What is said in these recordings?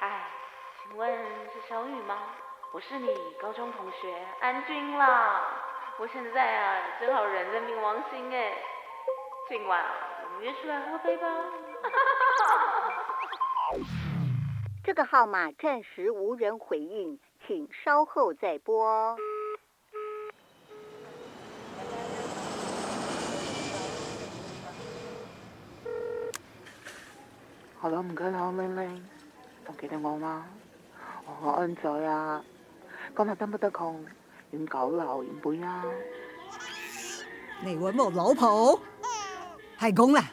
哎请问是小雨吗？我是你高中同学安君啦。我现在啊，正好人在冥王星哎。今晚啊我们约出来喝杯吧。 这个号码暂时无人回应，请稍后再拨。哦好啦，唔該啦，玲玲，仲記得我嗎？我安仔啊，今日得唔得空？遠九樓原本啊，你揾我老婆係咁啦。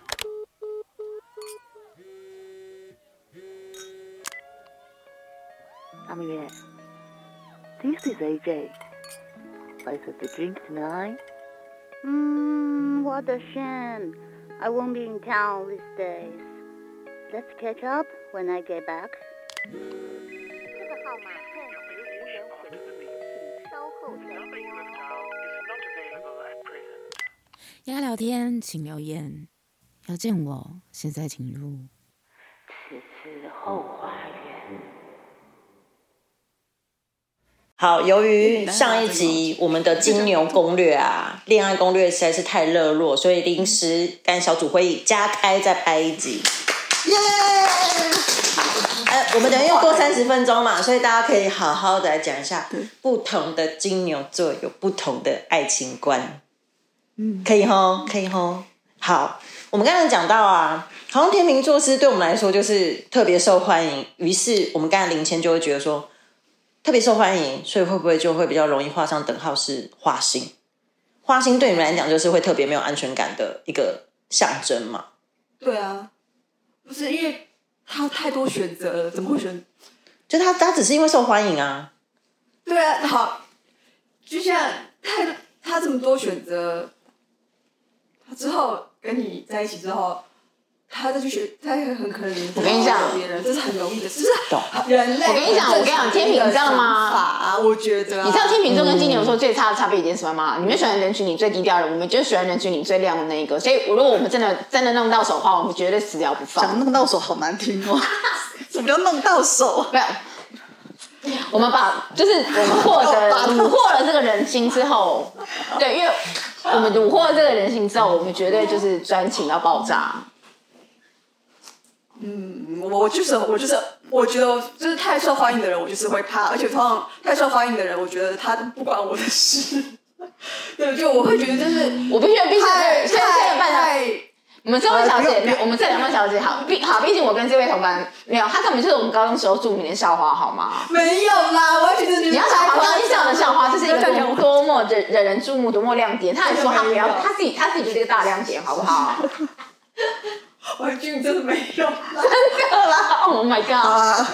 阿月，This is AJ. Let's have a drink tonight. 嗯，What a shame. I won't be in town these days. Let's catch up when I get back. 这个号码暂时无人回应，请稍后再拨。哦要聊天请留言，要见我现在请入。此次后花园。好，由于上一集我们的金牛攻略啊，恋爱攻略实在是太热络，所以临时干小组会议加开再拍一集。耶！呃，我们等于又过三十分钟嘛，所以大家可以好好的来讲一下不同的金牛座有不同的爱情观。嗯，可以吼，可以吼。好，我们刚才讲到啊，好像天秤座是对我们来说就是特别受欢迎，于是我们刚才林谦就会觉得说特别受欢迎，所以会不会就会比较容易画上等号是花心？花心对你们来讲就是会特别没有安全感的一个象征嘛？对啊，不是因为他太多选择了，怎么会选？就他他只是因为受欢迎啊，对啊，好，就像他他这么多选择，他之后跟你在一起之后，他再去选，他也很可能我跟你讲找别人这是很容易的，就是懂人类。我跟你讲我跟你讲天秤你知道吗法，我觉得啊、你知道天秤座跟金牛座最差的差别一点是什么吗？你们喜欢人群里最低调的，我们就喜欢人群里最亮的那一个。所以，如果我们真的真的弄到手的话，我们绝对死掉不讲放。弄到手好难听哦， 什么叫弄到手？没有，我们把就是我们获 得虏获了这个人心之后，对，因为我们虏获了这个人心之后，我们绝对就是专情到爆炸。嗯我我就是我就是我觉得我就是太受欢迎的人，我就是会怕，而且通常太受欢迎的人，我觉得他都不管我的事。 对，就我会觉得就是我必须必须太对，所以这太个办法。太我们这位小姐，没有我们这两位小姐好，毕好，毕竟我跟这位同班没有，她根本就是我们高中时候著名的校花，好吗？没有啦，我会觉得你你要想好高一上的校花，这是一个多多么惹惹人注目、多么亮点。他还说他不要，他自己他自己就是一个大亮点，好不好？我觉得真的没有啦。真的啦，Oh my god！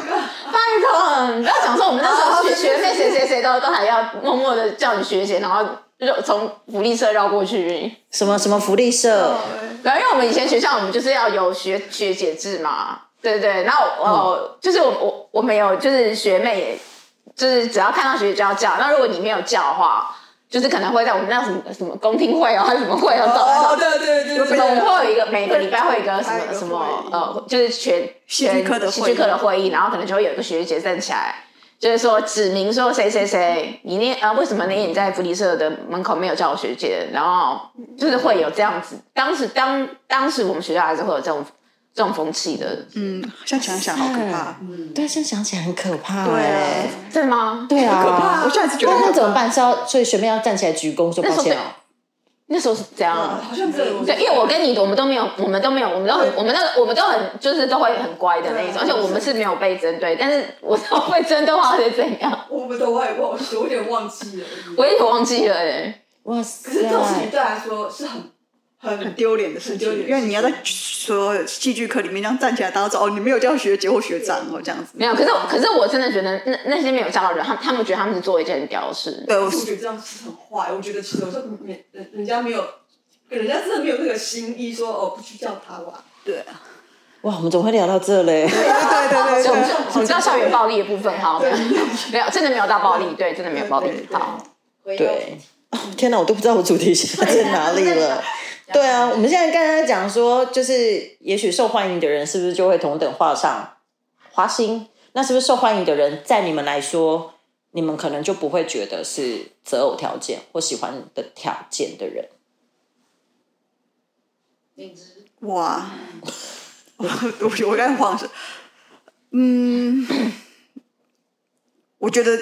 拜托，你不要讲说我们那时候学学妹谁谁谁都都还要默默的叫你学姐，然后绕从福利社绕过去。什么什么福利社，然后因为我们以前学校我们就是要有学学姐制嘛，对对对。然后呃，就是我我我们有就是学妹也，就是只要看到学姐就要叫。那如果你没有叫的话，就是可能会在我们那什么什么公听会哦，还是什么会哦，找来找哦，对对对对，啊总会有一个每个礼拜会有一个什开一么个什么会议呃，就是全戏剧课的会议戏剧课的会议，然后可能就会有一个学姐站起来，就是说指明说谁谁谁，你那呃为什么那天你在福利社的门口没有叫我学姐？然后就是会有这样子，当时当当时我们学校还是会有这种这种风气的，嗯，现在想想好可怕。对，现在想起来很可怕、嗯对啊欸，真的吗？对啊，可怕我现在还是觉得那那很可怎么怕。办？是要所以学妹要站起来鞠躬说那时抱候歉对哦、那时候是这样啊。嗯好像这个对，因为我跟你，我们都没有，我们都没有，我们都很，我们那个，我们都很，就是都会很乖的那一种，而且我们是没有被针对，但是我知道被针对的话是怎样，我们都会忘记，我有点忘记了。我也忘记了哎、哇可是这种事情塞！对来说是很很很丢脸的事很丢情，脸因为你要在所有戏剧课里面这样站起来，大家说哦，你没有叫学姐或学长哦，这样子。没有，可是我可是我真的觉得那那些没有教导的人，他他们觉得他们是做一件很屌的事，对，我我觉得这样是很坏。我觉得其实我说没人人家没有，人家真的没有那个心意，说哦不去叫他哇。对哇，我们怎么会聊到这嘞？对对对我们对我们知道校园暴力的部分哈，没有没有，真的没有到暴力，对，真的没有暴对力对，对好，对，哦天哪，我都不知道我主题现在在哪里了。 对啊，我们现在刚才讲说，就是也许受欢迎的人是不是就会同等画上花心？那是不是受欢迎的人，在你们来说，你们可能就不会觉得是择偶条件或喜欢的条件的人？哇，我我刚才晃神，嗯，我觉得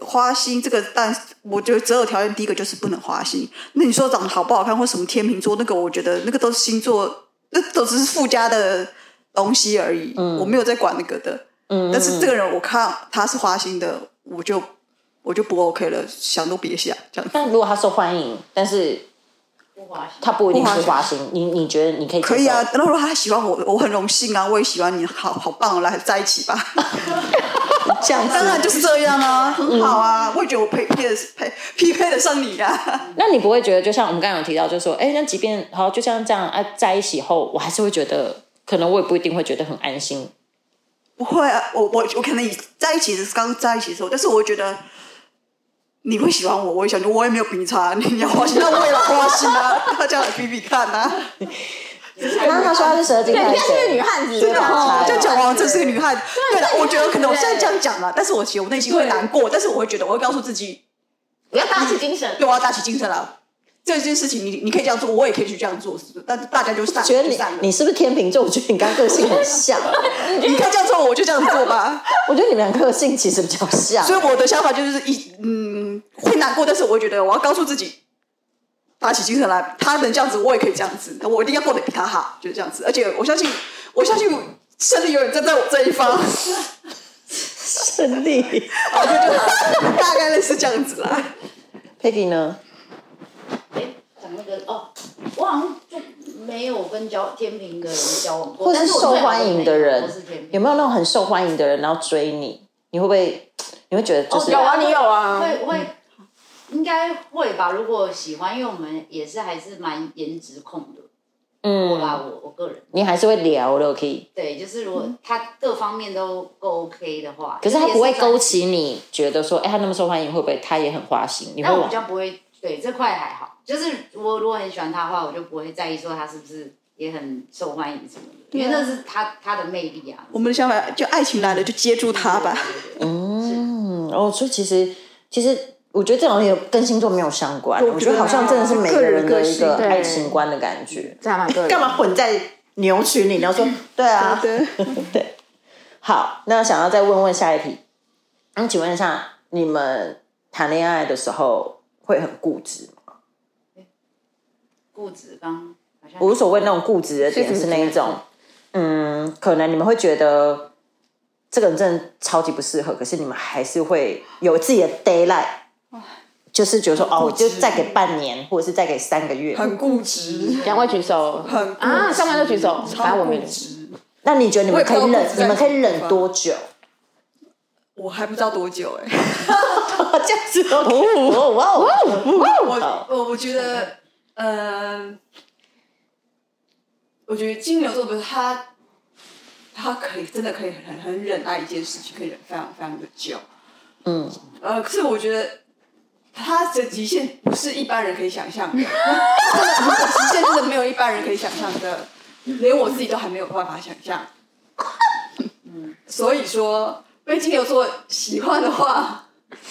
花心这个，但我觉得择偶条件第一个就是不能花心。那你说长得好不好看或什么天秤座那个，我觉得那个都是星座，那都只是附加的东西而已，嗯我没有在管那个的。嗯但是这个人，我看他是花心的，我就我就不 OK 了，想都别想这样子。但如果他受欢迎，但是他不一定是不花花心，你你觉得你可以接受可以啊，那如果他喜欢我，我很荣幸啊，我也喜欢你，好好棒哦，来在一起吧。 这样当然子？嗯就是这样啊，很好啊，我也觉得我配配得配匹配得上你啊。那你不会觉得，就像我们刚刚有提到，就是说，哎，那即便好，就像这样啊，在一起后，我还是会觉得，可能我也不一定会觉得很安心。不会啊，我我我可能以在一起的刚在一起的时候，但是我会觉得你会喜欢我，我也想说我也没有比你差，啊 你要花心，那我也要花心啊，大家来比比看啊。 那他说他是蛇精，对，他是你看是不是谁女汉子？真的哦，啊这样讲完，这是个女汉子。对了，我觉得可能我对现在这样讲啊了，但是我其实我内心会难过，但是我会觉得我会告诉自己，你要打起精神。对，我要打起精神来。这件事情你你可以这样做，我也可以去这样做，是不是？但是大家就散，觉得就散了你你是不是天秤座？我觉得你刚刚个性很像，你可以这样做，我就这样 做吧。我觉得你们俩个性其实比较像。所以我的想法就是一嗯会难过，但是我会觉得我要告诉自己，打起精神来，他能这样子，我也可以这样子，我一定要过得比他好，就是这样子。而且我相信，我相信胜利永远站在我这一 方，胜利大概类似这样子啦。 ，Peggy 呢？讲那个哦，我好像就没有跟交天平的人交往过，或者但是我受最好欢迎的朋人友都是天，有平，没有那种很受欢迎的人，然后追你？你会不会？你会觉得就是哦有啊，你有啊。会会应该会吧？如果喜欢，因为我们也是还是蛮颜值控的，我嗯，啦，我我个人你还是会聊的，可以。对，就是如果他各方面都够 OK 的话，可是他也不会在勾，起你觉得说，哎、他那么受欢迎，会不会他也很花心？你会但我往比较不会对这块还好，就是我如果很喜欢他的话，我就不会在意说他是不是也很受欢迎什么的，啊因为那是他他的魅力啊。我们的想法就爱情来了就接住他吧。嗯，哦，所以其实其实我觉得这种也跟星座没有相关，我觉得好像真的是每个人的一个对爱情观的感觉。这还蛮对干嘛混在牛群里？你要说 对啊，对，对。好，那想要再问问下一题，那请问一下，你们谈恋爱的时候会很固执吗？固执刚好像我无所谓那种固执的点是那一种，嗯，可能你们会觉得这个人真的超级不适合，可是你们还是会有自己的 d a y l i g h t 就是觉得说哦，我就再给半年，或者是再给三个月。 很固执，两位举手很固执啊，上班都举手，反正我没超有固。执。那你觉得你们可我以也不知道忍固，执你们可以在什忍么多久？ 我还不知道多久哎、这样子哦，哇哦哇哦！我我觉得，呃，我觉得金牛座不是他，他可以真的可以很很忍耐一件事情，可以忍非常非常的久。嗯，呃，可是我觉得他的极限不是一般人可以想象的，他真的他的极限真的没有一般人可以想象的，连我自己都还没有办法想象。嗯所以说被金牛座喜欢的话，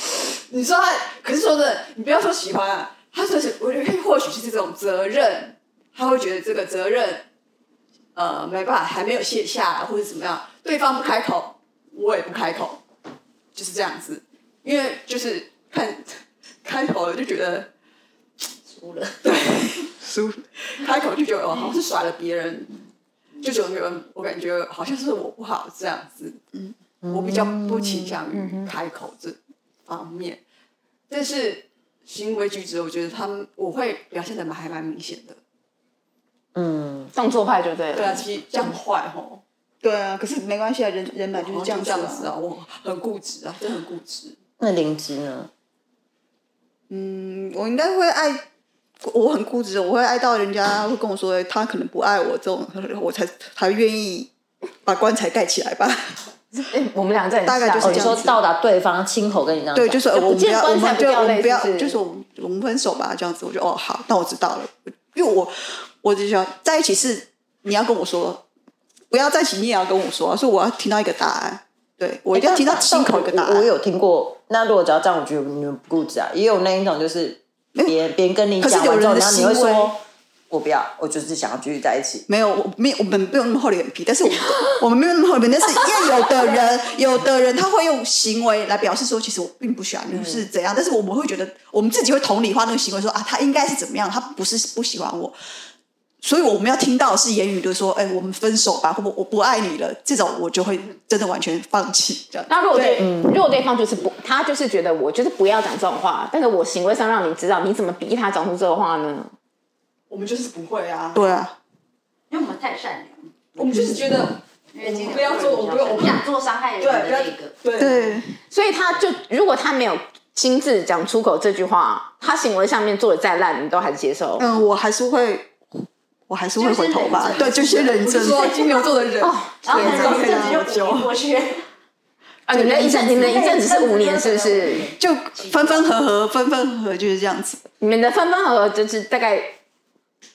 你说他，可是说真的，你不要说喜欢啊，他说是，我觉得或许是这种责任，他会觉得这个责任，呃，没办法，还没有卸下来，或者怎么样，对方不开口，我也不开口，就是这样子，因为就是看 开口了就觉得输了。输开口就觉得哦，好像是甩了别人，就觉得我感觉好像是我不好这样子。嗯，我比较不倾向嗯于开口这方面，但是行为举止，我觉得他们我会表现的蛮还蛮明显的。嗯，动作派就对了。对啊，其实这样坏吼，对啊，可是没关系啊，人人本来就是这样这样子啊，我很固执啊，真的很固执。那灵芝呢？嗯，我应该会爱，我很固执，我会爱到人家会跟我说他可能不爱我这种，我才才愿意把棺材盖起来吧。哎我们俩在大概就是哦，这你样子说到达对方亲口跟你这样对，讲就是呃就不我们不见要，我棺材们不就掉我们泪不要是不，是就是我们我们分手吧，这样子，我就哦好，那我知道了，因为我我只想在一起是你要跟我说，不要在一起你也要跟我说，所以我要听到一个答案，对哎我一定要听到心口一个答案。我有听过，那如果只要这样，我觉得你们不固执啊。也有那一种就是别别人跟你可是讲完有之后，人的然后你会行为说我不要，我就是想要继续在一起。没有，我没有，我们没有那么厚脸皮，但是我们 我们没有那么厚脸皮，但是因为有的人，有的人他会用行为来表示说，其实我并不喜欢你是怎样，但是我们会觉得我们自己会同理化那个行为说，啊，他应该是怎么样，他不是不喜欢我，所以我们要听到的是言语的说，哎，我们分手吧，或我我不爱你了，这种我就会真的完全放弃这样。那如果对，嗯如果对方就是不，他就是觉得我就是不要讲这种话，但是我行为上让你知道，你怎么逼他讲出这种话呢？我们就是不会啊，对啊，因为我们太善良，我们就是觉得因为今天不要做我不要我不想做伤害人的那个。对对，所以他就如果他没有亲自讲出口这句话，他行为上面做的再烂，你都还是接受。嗯，我还是会。我还是会回头吧，对，就先人我是证。说金牛座的人，哦然后可能一阵子天就哪五年过去，啊，你们的一阵，你们的一阵子是五年，是不是？就分分合合，分分合合就是这样子。你们的分分合合就是大概哎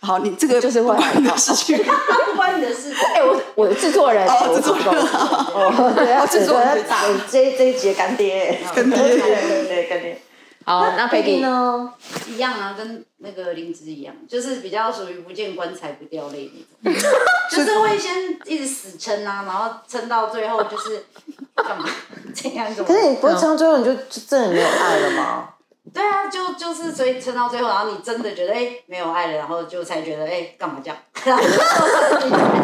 好，你这个就是会不关你的事情。不关你的事。哎、我我制作人，哦哦，制我作人啊，我制作人啊最大这这一节干爹，干爹对对对干爹。好，那 Peggy 呢？呢？一样啊，跟那个灵芝一样，就是比较属于不见棺材不掉泪 那种，就是会先一直死撑啊，然后撑到最后就是干嘛 这样子。可是你不会唱最后你就就真的没有爱了吗？对啊，就就是所以撑到最后，然后你真的觉得哎、没有爱了，然后就才觉得哎干、嘛这样， 然后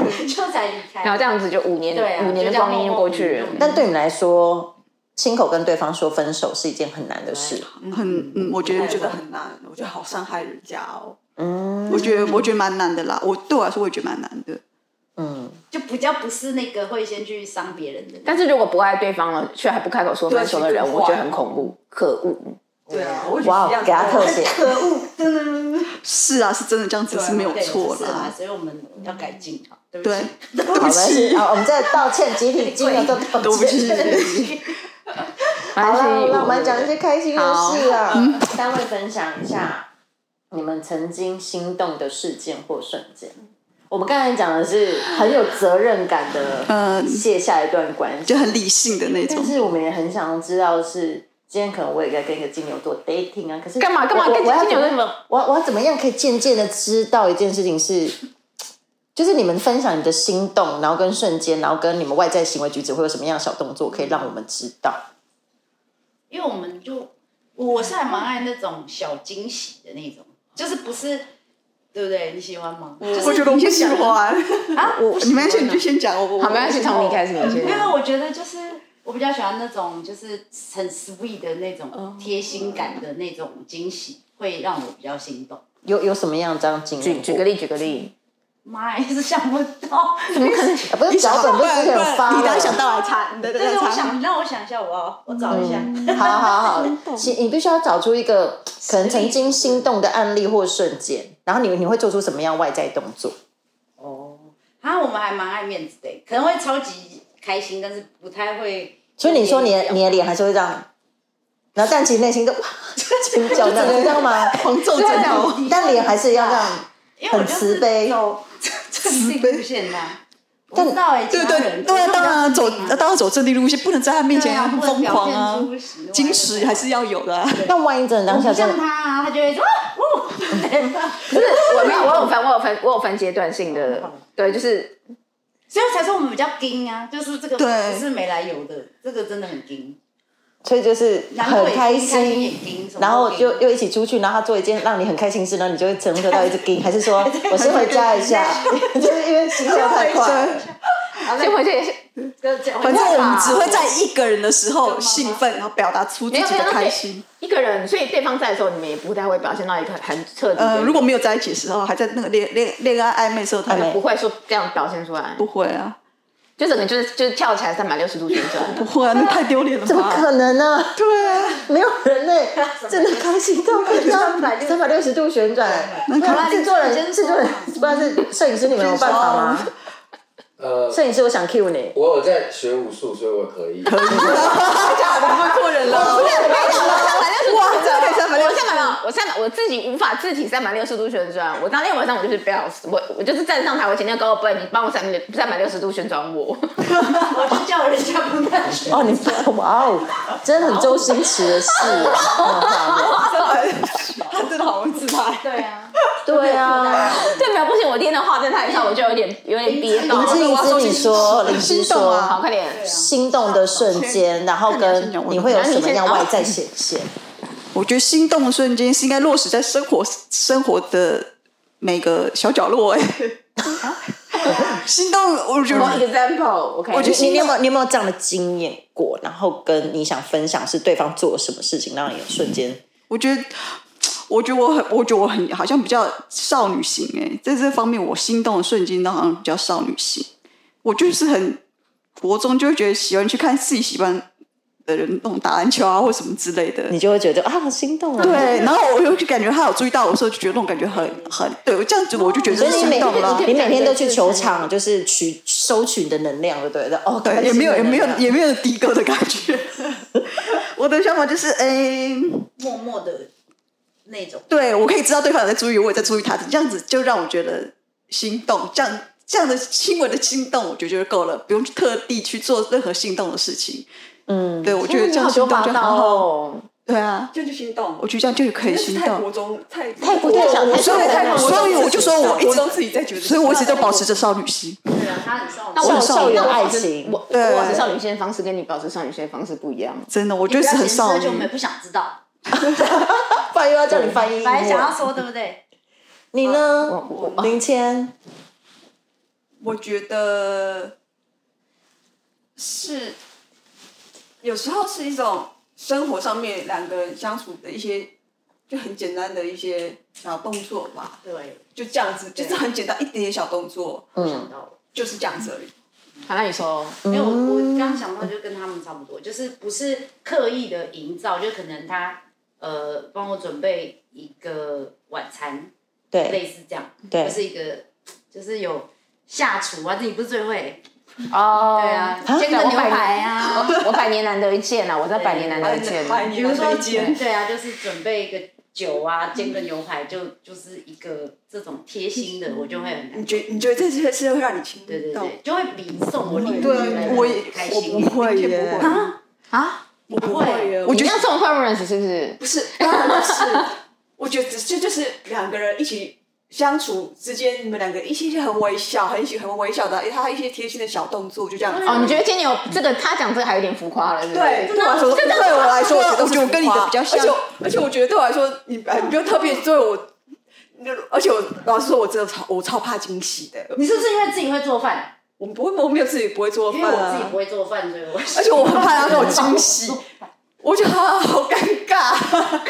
就就才离然后开。这样子就五年，对啊五年就的这样光阴就过去了默。默无但对你们来说，亲口跟对方说分手是一件很难的事。很嗯，我觉得觉得很难，我觉得好伤害人家哦。嗯我觉得我觉得蛮难的啦，我对我来说我也觉得蛮难的。嗯，就比较不是那个会先去伤别人的那但是如果不爱对方了，却还不开口说分手的人，对我觉得很恐怖，可恶。对啊，我哇，哦给他特写。是啊，是真的这样子是没有种，对，错是啊啦，。所以我们要改进啊，对不对起。，对好不没事起，啊，我们在道歉，集体金啊额都道歉。对不起。好好了，那我们讲一些开心的事啊。呃三位分享一下你们曾经心动的事件或瞬间。我们刚才讲的是很有责任感的嗯卸下一段关系，就很理性的那但种。是我们也很想要知道是。今天可能我也在跟一个金牛座 dating 啊，可是干嘛干嘛我我跟我要金牛座怎么我要我要怎么样可以渐渐的知道一件事情是， 就是你们分享你的心动，然后跟瞬间，然后跟你们外在行为举止会有什么样的小动作可以让我们知道？因为我们就我是还蛮爱那种小惊喜的那种，就是不是对不对？你喜欢吗？就是我觉得我不喜欢。啊，我你们先你就先讲，我我好，没关系，从你开始，你先因。啊为我觉得就是我比较喜欢那种就是很 sweet 的那哦种贴心感的那种惊喜，会让我比较心动。有有什么样这样经历举过？举个例，举个例。妈呀，是想不到，啊不是脚本都之前有发你刚了。想到来猜，你的但来是我猜。想让我想一下，我要我找一下。好好好，其你必须要找出一个可能曾经心动的案例或瞬间，然后你你会做出什么样外在动作？ 啊，我们还蛮爱面子的，可能会超级开心，但是不太会。所以你说你的你的脸还是会这样，然后但其实内心都 哇，尖叫那种，你知道吗？狂皱对枕啊头， 但脸还是要这样，因为我很就是慈悲走正定路线呐、我不知道哎、欸，对其他对人对啊，当然走，对当然走正定路线，不能在他面前啊很不能疯表狂现啊，出喜怒哀乐矜持还是要有的啊。但万一真的我当下不真像的，他啊，他就会说啊，哦，不是，我没有，我有分，我有分，我有分阶段性的。对，就是所以才说我们比较硬啊，就是这个对不是没来由的，这个真的很硬，所以就是难过很也开硬开心也心。硬，什么都硬然后就又一起出去，然后他做一件让你很开心的事，然后你就会承受到一直 给，还是说我先回家一 下，就是因啊为心跳太快了。先回去也是反正我们只会在一个人的时候兴奋，然后表达出自没有己没有的那开对心。一个人，所以对方在的时候，你们也不太会表现到一个很彻底的。呃，如果没有在一起的时候，还在那个恋恋恋爱暧昧的时候，他暧昧不会说这样表现出来，不会啊，就整个就是就是跳起来三百六十度旋转。不会啊，那太丢脸了怎么 吧？可能呢、啊？对啊，没有人 类真的开心到可以三百三百六十度旋转。好啦，制作人，制作人，不知道是摄影师，你们有办法吗？呃，摄影师，我想 cue 你。我有在学武术，所以我可以。太假的，不会过人了。三百六十哇，这个可以三百六我十三百六，我三百我自己无法自体三百六十度旋转。我当天晚上我就是不要，我我就是站上台，我请那个高笨，你帮我三百六三百六十度旋转我。 我就叫人家不要学。哦，你哇哦，真的很周星驰 的事。他真的好会自拍。对啊，对啊，对，没有不行，我今天的话真的太少，我就有点有点憋到林。志颖跟你说，林志颖说，好，快点。心动的瞬间，然后跟你会有什么样外在显现？我觉得心动的瞬间是应该落实在生活生活的每个小角落、 啊哎，心动，我觉得 For example，OK，、我觉得你你有没有你有没有这样的经验过？然后跟你想分享是对方做了什么事情，让你有瞬间我觉得，我觉得我很，我觉得我很好像比较少女型哎、在这方面我心动的瞬间都好像比较少女型。我就是很国中就会觉得喜欢去看自己喜欢的人那种打篮球啊或什么之类的。你就会觉得啊，好心动啊！对，然后我又感觉他有注意到我的时候，就觉得那种感觉很很对我这样子，我就觉所得以是你心每动了。你每天都去球场，就是取收取你的能量，对不对？哦，对，也没有也没有也没有的哥的感觉。 我的想法就是，哎、默默的那种。对我可以知道对方有在注意，我也在注意他，这样子就让我觉得心动，这样这样的轻微的心动，我就觉得够了，不用特地去做任何心动的事情。嗯，对，我觉得这样好心久动霸就很道好。哦。对啊，这就心动我觉得这样就可以心动。中太太不太想，所以，所以我就说我一国中直，自己在觉得，所以我一直都保持着少女心。对啊，他很少女那心。我少少女的那我爱情我对我保持少女心的方式跟你保持少女心的方式不一样。真的，我我觉得是很少就我们女也。不想知道，不然又要叫你翻译英本来想要文。说对不对？你呢？林谦，我觉得是有时候是一种生活上面两个人相处的一些就很简单的一些小动作吧，对，就这样子，就是很简单一点点小动作，我想到了。就是这样子而已。好，那你说，嗯因为我我刚想到就跟他们差不多，就是不是刻意的营造，就可能他呃帮我准备一个晚餐，对类似这样，对就，是一个就是有下厨啊，自己不是最会，哦，对啊，煎对个我牛百年排啊，我百年难得一见啊！我在百年嗯难得一见，百比年如难说得一见，对啊，就是准备一个酒啊，煎个牛排就就是一个这种贴心的，我就会很你难，觉你觉得这些事会让你心对对动？对，就会比送我礼物对来，我的也开我心不会也耶不会，啊！我不会耶，我你觉得要送 conference 是不是？不是，当然不是。 我觉得只是就是两个人一起相处之间，你们两个一些一些很微小、很一些很微小的，他一些贴心的小动作，就这样子。 哦，你觉得今年有这个他讲这个还有点浮夸了，是不是？对，对我来说，这对对我来说，我觉得我觉得我跟你的比较像而且我而且我觉得对我来说，你哎你不用特别对我。而且我老实说，我真的超我超怕惊喜的。你是不是因为自己会做饭？我不会，我没有自己不会做因饭为我自己啊不，会做饭，所以我而且我很怕他给我惊 喜，我觉得啊好尴尬。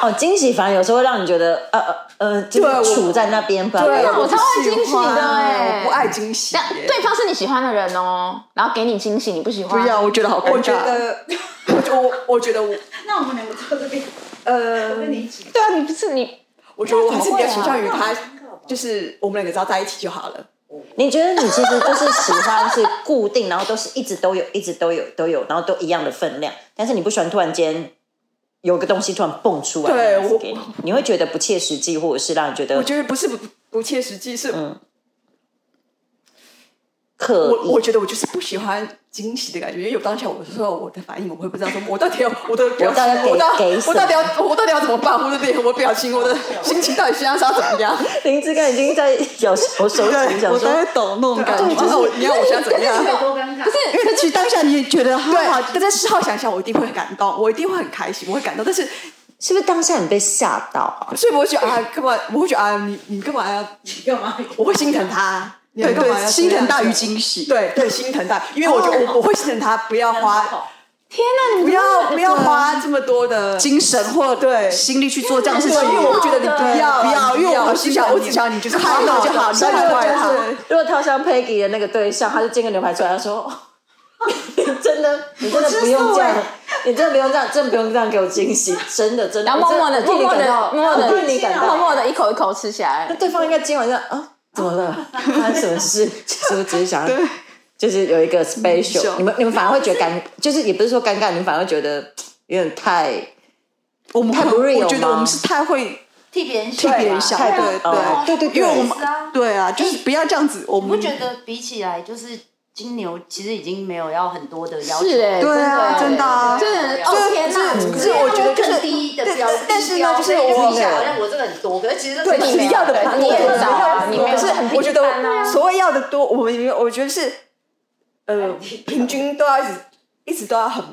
哦，惊喜反而有时候会让你觉得呃呃呃，啊就是处在那边，不然我超爱惊喜喜欢的哎我不爱惊喜耶。但对方是你喜欢的人哦，然后给你惊喜，你不喜欢，不要，我觉得好尴我觉尬。得， 我觉我我觉得我 那我们两个坐这边，呃，跟你一起。对啊，你不是你我觉得我还是比较倾向于他会啊，就是我们两个只要在一起就好了。你觉得你其实就是喜欢是固定，然后都是一直都有，一直都有都有，然后都一样的分量，但是你不喜欢突然间有个东西突然蹦出来，对这样子我给你，你会觉得不切实际，或者是让你觉我得觉得不是不不切实际，是嗯刻嗯我我意。觉得我就是不喜欢惊喜的感觉，因为有当下我的时候，我的反应我会不知道说，我到底要我的表我到底要情，给我到底给什么我到底要我到底要怎么办，我的脸，我表情，我的心情到底现在是要怎么样？林志刚已经在咬手手指， 对，想我大说概懂那种感啊觉，就是我你要我现在怎么样？多尴尬！不是，因为其实当下你也觉得哈对哈，，但在事后想一想，我一定会很感动，我一定会很开心，我会感动。但是，是不是当下你被吓到啊？所以我会觉得啊，干嘛？我会觉得啊，你你干 嘛要？你干嘛？我会心疼他，你对干嘛要这对，样心疼大于惊喜。哦对对，心疼他，因为我觉得我我会心疼他，不要花，天哪，不你要不要花这么多的精神或对心力去做这样的事对，情，因为我觉得你不不要要不要，因为我我只只想想我我只只想想你你就就是是快快乐乐就就好，好你你快快乐乐就就好好。如果他好像 Peggy 的那个对象，他就煎个牛排出来，他说：“ 哦、你真的，你真的不用这样，你真的不用这样，真的不用这样给我惊喜，真的真的。然我后默真”默的、默默的、默默我替你感的、到，默默的一口一口吃起那来。对方应该今晚就啊，怎么了？发生什么事？是不是只是想要，就是有一个 special？你们你们反而会觉得尴，就是也不是说尴尬，你们反而会觉得有点太我们太很不 real 我觉得我吗 们是太会替别人替替别人想，太对哦对对对，因为我们是啊对啊，就是不要这样子，我你不们觉得比起来，就是金牛其实已经没有要很多的要求？是哎、对啊，真真的的啊，真的哦天哪！可是我觉得就是更低的但标准，但是呢，就是低标我准就是一下好像我这个很多，可是其实这对是你其没实有要的对蛮你多也的，少啊你没有可是很我觉一般啊得所谓要的多，我们我觉得是呃平均都要一直一直都要很不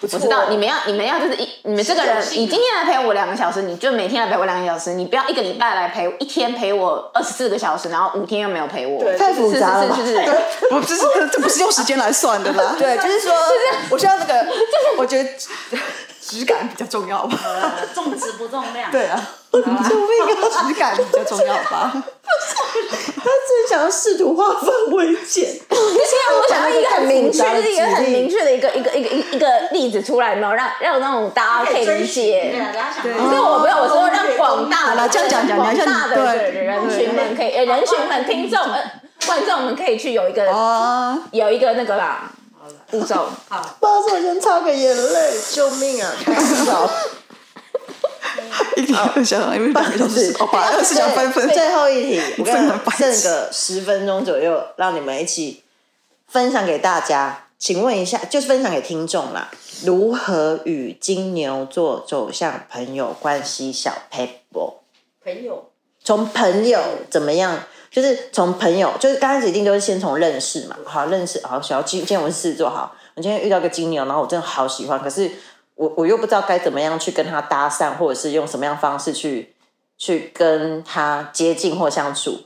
我错，知道你们要，你们要就是一，你们这个人，是有你信今天来陪我两个小时，你就每天来陪我两个小时，你不要一个礼拜来陪我一天陪我二十四个小时，然后五天又没有陪我，对是太是是是是是， 不这是这这不是用时间来算的啦，对，就是说，我需要那个，我觉得 质感比较重要吧，呃重质不重量。对啊，救命啊，质感比较重要吧，他是想要试图化繁为简，就是要我想要一个很明确，把那就个是一个很指令明确的一个一个一个一个一个例子出来，有没有让让那种大家可以理对解。啊，大家想对可是哦我没有，我说让广大好啦的这样讲讲广讲一下大的对人群们可以，呃人群们听众呃观众们可以去有一个啊，有一个那个啦啊步骤。抱着先擦个眼泪，救命 啊！太少，一点都不想，因为两个小时，我把二十想分分，最后一题，我跟真你的讲白痴剩个十分钟左右，让你们一起分享给大家。请问一下，就是分享给听众啦，如何与金牛座走向朋友关系小 paper？朋友，从朋友怎么样？就是从朋友，就是刚开始一定都是先从认识嘛。好，认识好，小今今天我是狮子座，好，我今天遇到个金牛，然后我真的好喜欢，可是我我又不知道该怎么样去跟他搭讪，或者是用什么样的方式去去跟他接近或相处。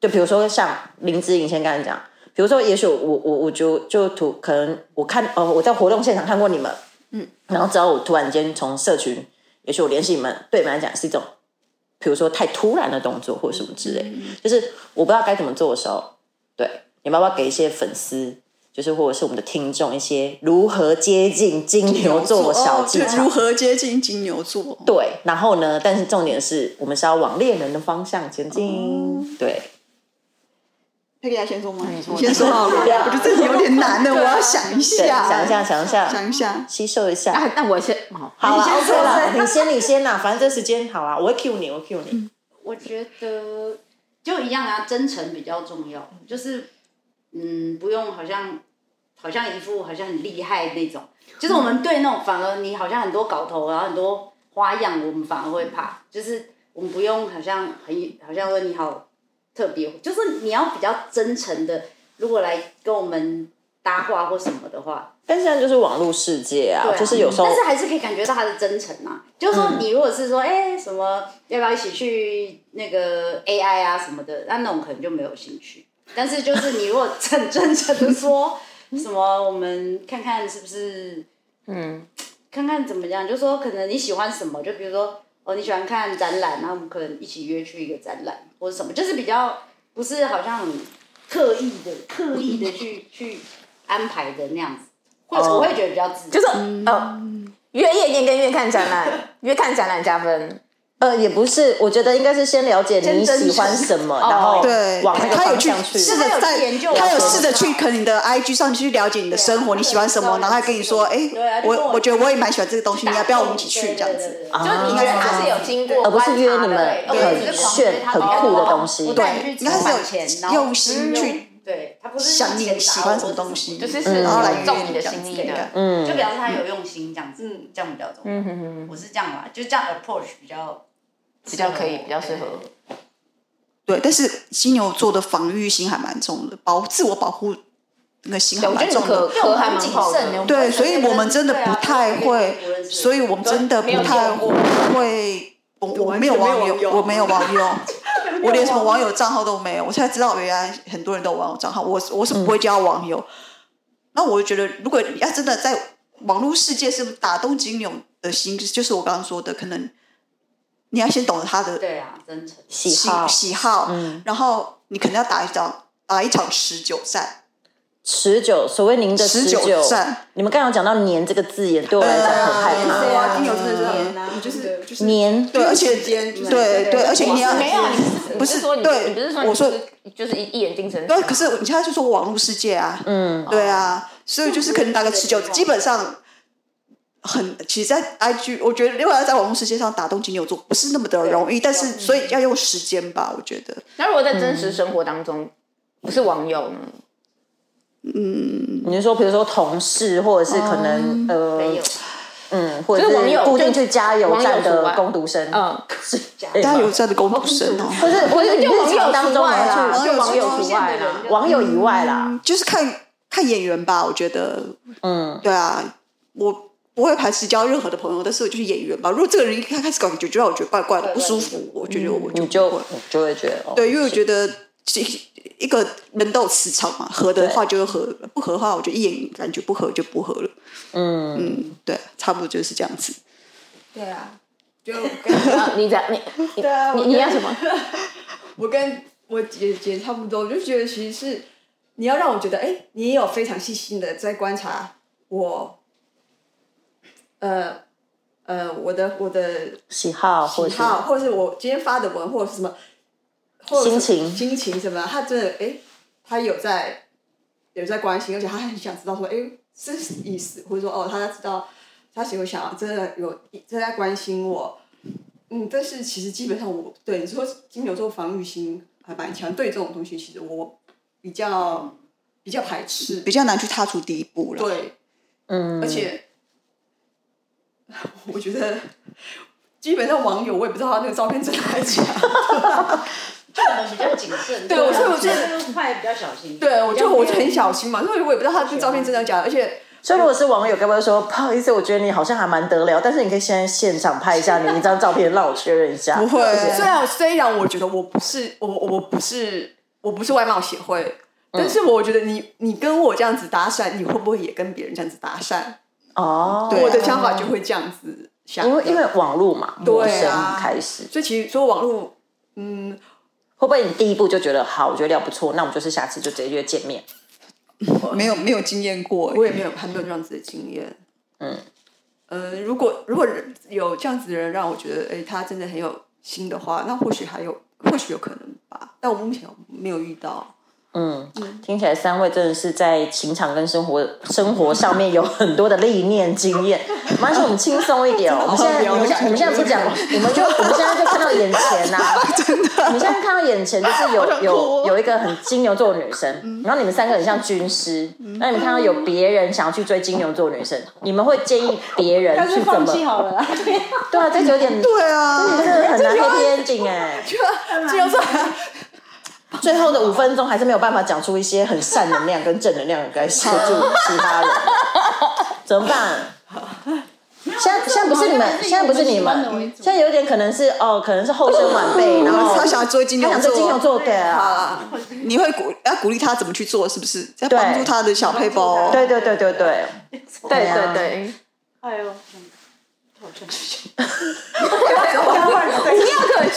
就比如说像林志颖先刚才讲，比如说也许我我我就就图可能我看哦、我在活动现场看过你们，嗯，然后只要我突然间从社群，也许我联系你们，对你们来讲是一种比如说太突然的动作或什么之类，就是我不知道该怎么做的时候，对，你们要不要给一些粉丝，就是或者是我们的听众一些如何接近金牛座小技哦就巧？如何接近金牛座？对，然后呢？但是重点是我们是要往猎人的方向前进，对，佩蒂要先说吗？你先说好了，我觉得这题有点难的，我要想一对，下，想一下，想一下，啊想一下，吸收一下。啊，那我先哦，好了你先，OK 说了，你先，你先啦，反正这时间好啦，我会 Q 你，我会 Q 你。我觉得就一样啊，真诚比较重要，就是嗯，不用好像好像一副好像很厉害那种，就是我们对那种反而你好像很多搞头，然啊后很多花样，我们反而会怕，就是我们不用好像很好像说你好特别，就是你要比较真诚的，如果来跟我们搭话或什么的话，但现在就是网络世界啊对，啊就是有时候嗯但是还是可以感觉到他的真诚啊。就是说，你如果是说，哎、什么要不要一起去那个 AI 啊什么的，那那种可能就没有兴趣。但是就是你如果很真诚的说什么，我们看看是不是，嗯，看看怎么样，就说可能你喜欢什么，就比如说哦你喜欢看展览，那啊我们可能一起约去一个展览或者什么，就是比较不是好像很刻意的刻意的去去安排的那样子，会、哦我会觉得比较自然。就是嗯呃，约夜店跟约看展览，约看展览加分。呃，也不是，我觉得应该是先了解你喜欢什么，然后对，往那个他有方去向去。试他着有在研究，他有我试着知道去可能你的 IG 上去了解你的生活，对啊你喜欢什么，对啊然后他跟你说，哎对啊，就跟我我我觉得我也蛮喜欢这个东西，你要不要我们一起去对对这样子？啊对对对就你觉得他是有经过而不观察是的，约你们对对很只是狂炫、推很他酷的哦东西。对对，去应该吃饭是前然有后用心去对他不是想你喜欢什么东西，西，就是是然后来中约你的心意这样子的。嗯就，表示他有用心这样子，嗯，这样比较重要。我是这样吧，就这样 approach 比较比较可以比较适合对，但是金牛座的防御心还蛮重的，保自我保护那个心还我觉得蛮你们重可的。可还蛮好谨慎的的，对，所以我们真的不太会对啊对啊对啊对啊对啊对啊，所以我们真的不太会，我我没有网友，我没有网友，我连什么网友账号都没有。我才知道原来很多人都有网友账号，我我是不会交网友。那我就觉得，如果要真的在网络世界是打动金牛的心，就是我刚刚说的，可能你要先懂得他的对啊，真诚。喜好喜好，嗯然后你可能要打一场打一场持久战，持久，所谓您的持久久，战你们刚刚讲到“黏”这个字眼，对我来讲很害对怕。啊金牛真的是很，你就是就是黏，对，而且间就是啊对对，而且你要没有，你是不不是说你对你不是说我你说就是就是一一眼定神。对，可是你现在就说网络世界啊，嗯，对啊，所以就是可能打个持久，基本上很，其实，在 IG，我觉得另外在网络世界上打动金牛座不是那么的容易，但是所以要用时间吧，我觉得。那如果在真实生活当中，不是网友呢？嗯，你是说，比如说同事，或者是可能、哦没有呃，，嗯，或者就是网友固定就去加油网友站除的外工读生，嗯，加油站的工读生哦，不是，不不是是你就日网友常当除中外啦，还就是网友除外啦。网友以外啦，嗯就是看看演员吧，我觉得，嗯，对啊，我不会排斥交任何的朋友，但是我就是演员吧。如果这个人一开始搞，就就让我觉得怪怪的，不舒服，我觉得我就嗯你不就会。你就会觉得，哦对，因为我觉得这一个人都有磁场嘛，合的话就合，不合的话，我就一眼感觉不合就不合了。嗯，嗯，对，差不多就是这样子。对啊，就啊你讲你你对啊，你我你跟要什么？ 我跟我姐姐差不多，我就觉得其实是你要让我觉得，哎、你也有非常细心的在观察我，呃呃，我的我的喜好或喜者是好，或者是我今天发的文或者是什么，或者是心情心情什么，他真的哎、他有在有在关心，而且他很想知道说，哎、是什么意思，或者说哦，他知道他喜欢想要真的有真的在关心我，嗯，但是其实基本上我对你说金牛座防御心还蛮强，对这种东西其实我比较比较排斥，比较难去踏出第一步了。对，嗯，而且、 我觉得基本上网友我也不知道他那个照片真的还是假的。我们比较谨慎。啊对我所以我觉得得拍比较小心。 对，我就我就很小心嘛，所以我也不知道他这照片真的假的，而且所以如果是网友，该不会说不好意思，我觉得你好像还蛮得了，但是你可以现在现场拍一下你一张照片，让我确认一下。不会，虽然虽然我觉得我不是我我我不是我不是外貌协会，但是我觉得你你跟我这样子搭讪，你会不会也跟别人这样子搭讪？哦，对啊我的想法就会这样子想的，因为因为网络嘛，陌对生啊开始，所以其实说网络，嗯，会不会你第一步就觉得好，我觉得聊不错，那我们就是下次就直接约见面？没有没有经验过，我也没有还没有这样子的经验。嗯呃，如果如果有这样子的人让我觉得，哎、他真的很有心的话，那或许还有或许有可能吧，但我目前没有遇到。嗯，听起来三位真的是在情场跟生活 生活上面有很多的历练经验。没关系，我们轻松一点哦。我们现在我们现在我们现在不讲，我们就我们现在就看到眼前呐、真的，我们现在看到眼前就是有有有一个很金牛座的女生，然后你们三个很像军师，那你们看到有别人想要去追金牛座的女生，你们会建议别人但去是怎放么弃？好了 啦， 对啊，这有点对对啊，真的很难 happy ending 哎、金牛座，最后的五分钟还是没有办法讲出一些很善能量跟正能量，该协助其他人，怎么办？现在现在不是你们，现在不是你们，现在有点可能是哦，可能是后生晚辈，然后他想要追金哦他牛想对金牛座座，对啊，啊，你会鼓要鼓励他怎么去做，是不是？要帮助他的小配包，对对对对对，对对啊对对，哎呦， 无药可救，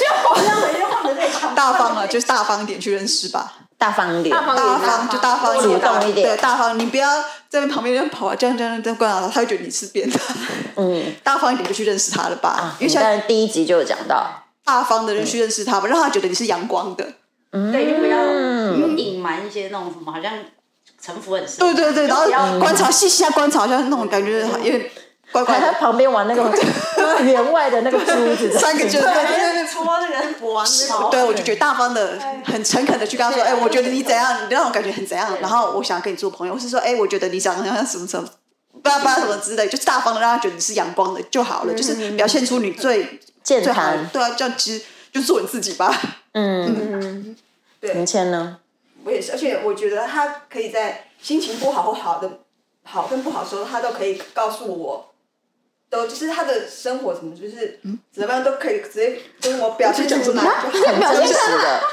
大方啊，就是大方一点去认识吧，大方一点，大方大方就大方一点，主动一点对，大方，你不要在那旁边那跑啊，这样这样这样观察他，他会觉得你是变态，嗯，啊 大方一点就去认识他了吧，因为你现当在然第一集就有讲到，大方的人去认识他吧，让他觉得你是阳光的，对，就不要嗯隐瞒一些那种什么，好像城府很深。对对对，然后不要观察细细啊观察，好像那种感觉有点怪怪还在的，旁边玩那个员外的那个珠子， 三个就对对对对。戳那个博王对，我就觉得大方的、很诚恳的去跟他说，哎，我觉得你怎样，你让我感觉很怎样，然后我想跟你做朋友，或是说，哎，我觉得你长得像什么什么，巴拉巴拉什么之类，就大方的让他觉得你是阳光的就好了，就是表现出你最健最好的谈，，对啊，这样其实就做你自己吧。嗯，对明谦呢？我也是，而且我觉得他可以在心情不好或好的好跟不好的时候，他都可以告诉我，都就是他的生活什么，就是怎么样都可以直接跟我表现出来。这表真情实的。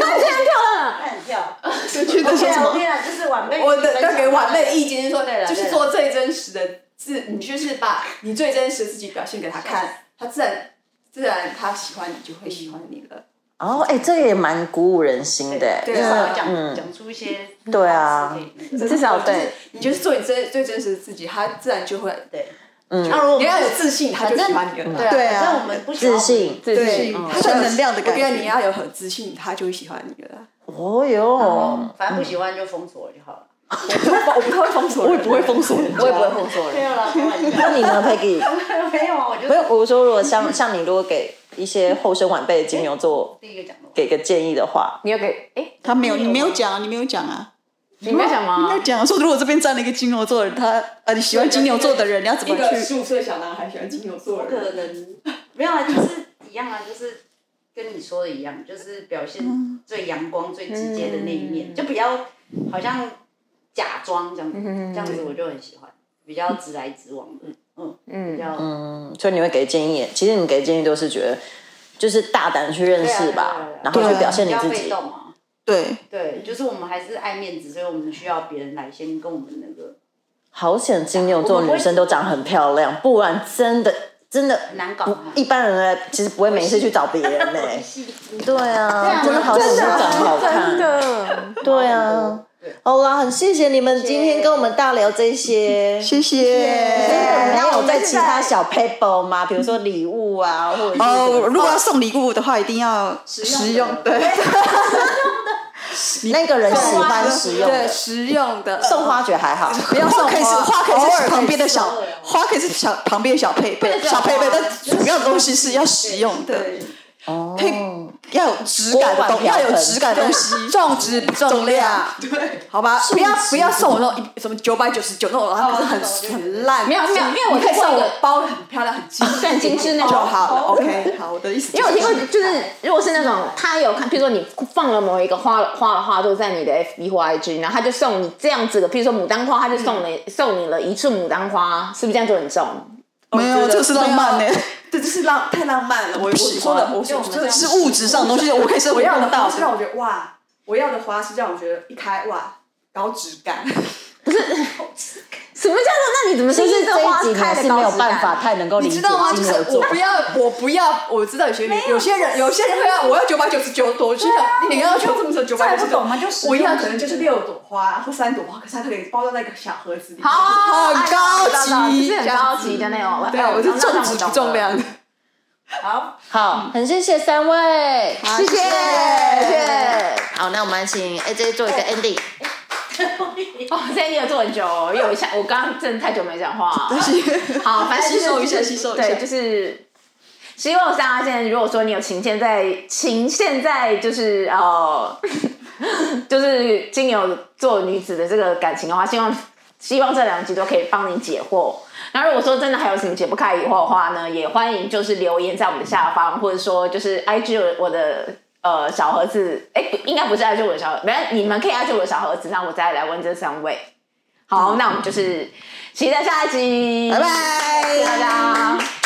很跳。就觉得 OK 说什啦 OK 么，啦，就是晚辈，我的要给晚辈意见，就是说对了，就是做最真实的自，你就是把你最真实的自己表现给他看，他自然自然他喜欢你就会喜欢你了。哦，哎、这个也蛮鼓舞人心的、欸，对对对，因至为少讲嗯讲出一些对啊话之类的，至少就是对，你就是做你最最真实的自己，他自然就会，对。嗯那如果我你们要有自信，他就喜欢你了。对哦啊对那我啊，们不喜欢自信，自对，嗯信，嗯他他正能量的感我觉得你觉。要有很自信，他就会喜欢你了。哦哟，反正不喜欢就封锁就好了。我不太会封锁，我也不会封锁人家，我也不会封锁人。没有啦，开玩嗯那笑。你呢，Peggy？ 没有啊，我就没有，我说如果像像你，如果给一些后生晚辈的金牛座第一个讲的。给个建议的话，你有给哎，他没有，你没有讲啊，你没有讲啊，你没有讲你没吗有？讲啊。说如果这边站了一个金牛座的人，他呃，你喜欢金牛座的人，你要怎么一个去？十五岁的小男孩喜欢金牛座不的人，可能，没有啊，就是一样啊，就是跟你说的一样，就是表现最阳光、最直接的那一面，就不要好像假装这样子，这样子我就很喜欢，比较直来直往的，嗯嗯，比较嗯，所以你会给建议。其实你给建议都是觉得，就是大胆去认识吧，对啊对啊对啊然后去表现比你较自被己。动啊。对，对，就是我们还是爱面子，所以我们需要别人来先跟我们那个好险，金牛座女生都长很漂亮，不然真的真的很难搞不啊。一般人来其实不会每次去找别人呢、对啊，啊真的好险是长得好看真。的，对啊，好啦，很谢谢你们今天跟我们大聊这些。谢谢。真的没有在其他小 paper 吗？比如说礼物啊，或者是哦，如果要送礼物的话，一定要实用，对，那个人喜欢实用对，的，实用 的。送花觉还好，不要送花，可以是花可偶以尔是旁边的小花，可以是小旁边的小配备，小配备，但主要的东西是要实用的，哦配要有质感的锅碗东，瓢要盆有质感的东西，重质不重量，对，好吧，不要不要送我那种一什么九百九十九那种，它不是很很烂，没有没有，因为我你可听以过送一我个，包的很漂亮，很精致很精致那就种好了，OK，好，我的意思，因为我听过，就是如果是那种他有看，譬如说你放了某一个花花的花朵在你的 FB 或 IG，然后他就送你这样子的，譬如说牡丹花，他就送你、送你了一束牡丹花，是不是这样就很重？哦没有，这是浪漫呢， 这就是浪太浪漫了。我我喜说欢的，我就说我们真这的样是是物质上的东西，我可以是我要的到花是让我觉得哇，我要的花是让我觉得一开哇高质感。什么叫做？那你怎么就定是义这这一花集你开还的是没有办法太能够理你解知道吗？就金是牛 我座不。要，我不要，我知道有些女，有些人，有些人会要，我要九百九十九朵，我就想你要求这么久九百九十九，我要可能就是六朵花或三朵花，可是它可以包到那个小盒子里。好，很高级就是很高级的那种。对，我是重质不重量。好，好，很谢谢三位，谢谢，谢谢。好，那我们来请 AJ 做一个哎 ending。哦，现在你有做很久哦，因为我一下我刚刚真的太久没讲话。好，反正就是吸收一下吸收一下对，就是希望大家现在，如果说你有情现在情现在就是呃， 就是金牛座女子的这个感情的话，希望希望这两集都可以帮你解惑。 那如果说真的还有什么解不开疑惑的话呢，也欢迎就是留言在我们的下方，或者说就是 IG 我的呃小盒子，哎、不应该不是 IG 我的小盒，没你们可以 IG 我的小盒子，那我再来问这三位。哎好，那我们就是期待下一集，拜拜，谢谢大家。